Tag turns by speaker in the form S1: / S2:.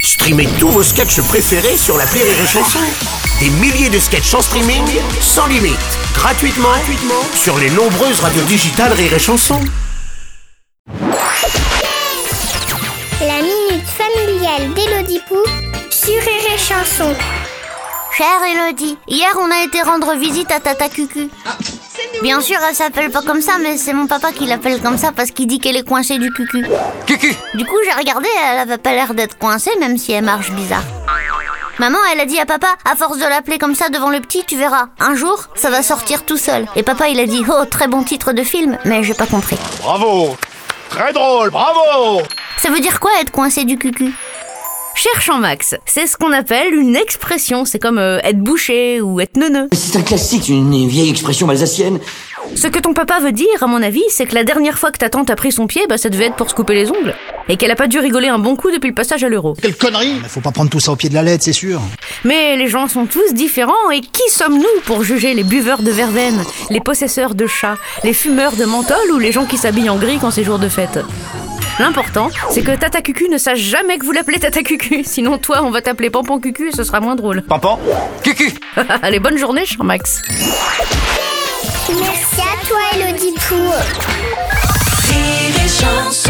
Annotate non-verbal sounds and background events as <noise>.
S1: Streamez tous vos sketchs préférés sur la Rire et Chanson. Des milliers de sketchs en streaming, sans limite, gratuitement, gratuitement sur les nombreuses radios digitales Rire et Chanson.
S2: La minute familiale d'Élodie Pou sur Rire et Chanson.
S3: Chère Elodie, hier on a été rendre visite à Tata Cucu. Bien sûr, elle s'appelle pas comme ça, mais c'est mon papa qui l'appelle comme ça parce qu'il dit qu'elle est coincée du cucu.
S4: Cucu
S3: Du coup, j'ai regardé, elle avait pas l'air d'être coincée, même si elle marche bizarre. Maman, elle a dit à papa, à force de l'appeler comme ça devant le petit, tu verras, un jour, ça va sortir tout seul. Et papa, il a dit, oh, très bon titre de film, mais j'ai pas compris.
S5: Bravo Très drôle, bravo
S3: Ça veut dire quoi être coincé du cucu
S6: Cherche en max, c'est ce qu'on appelle une expression, c'est comme euh, être bouché ou être neuneux.
S4: C'est un classique, une vieille expression alsacienne.
S6: Ce que ton papa veut dire, à mon avis, c'est que la dernière fois que ta tante a pris son pied, bah ça devait être pour se couper les ongles. Et qu'elle a pas dû rigoler un bon coup depuis le passage à l'euro.
S7: Quelle connerie Faut pas prendre tout ça au pied de la lettre, c'est sûr.
S6: Mais les gens sont tous différents et qui sommes-nous pour juger les buveurs de verveine, les possesseurs de chats, les fumeurs de menthol ou les gens qui s'habillent en gris quand c'est jour de fête L'important, c'est que Tata Cucu ne sache jamais que vous l'appelez Tata Cucu, sinon toi on va t'appeler Pampan Cucu et ce sera moins drôle.
S5: Pampan
S4: Cucu
S6: <laughs> Allez, bonne journée, cher Max.
S2: Merci à toi, Elodie Pou.
S8: Rire et chanson.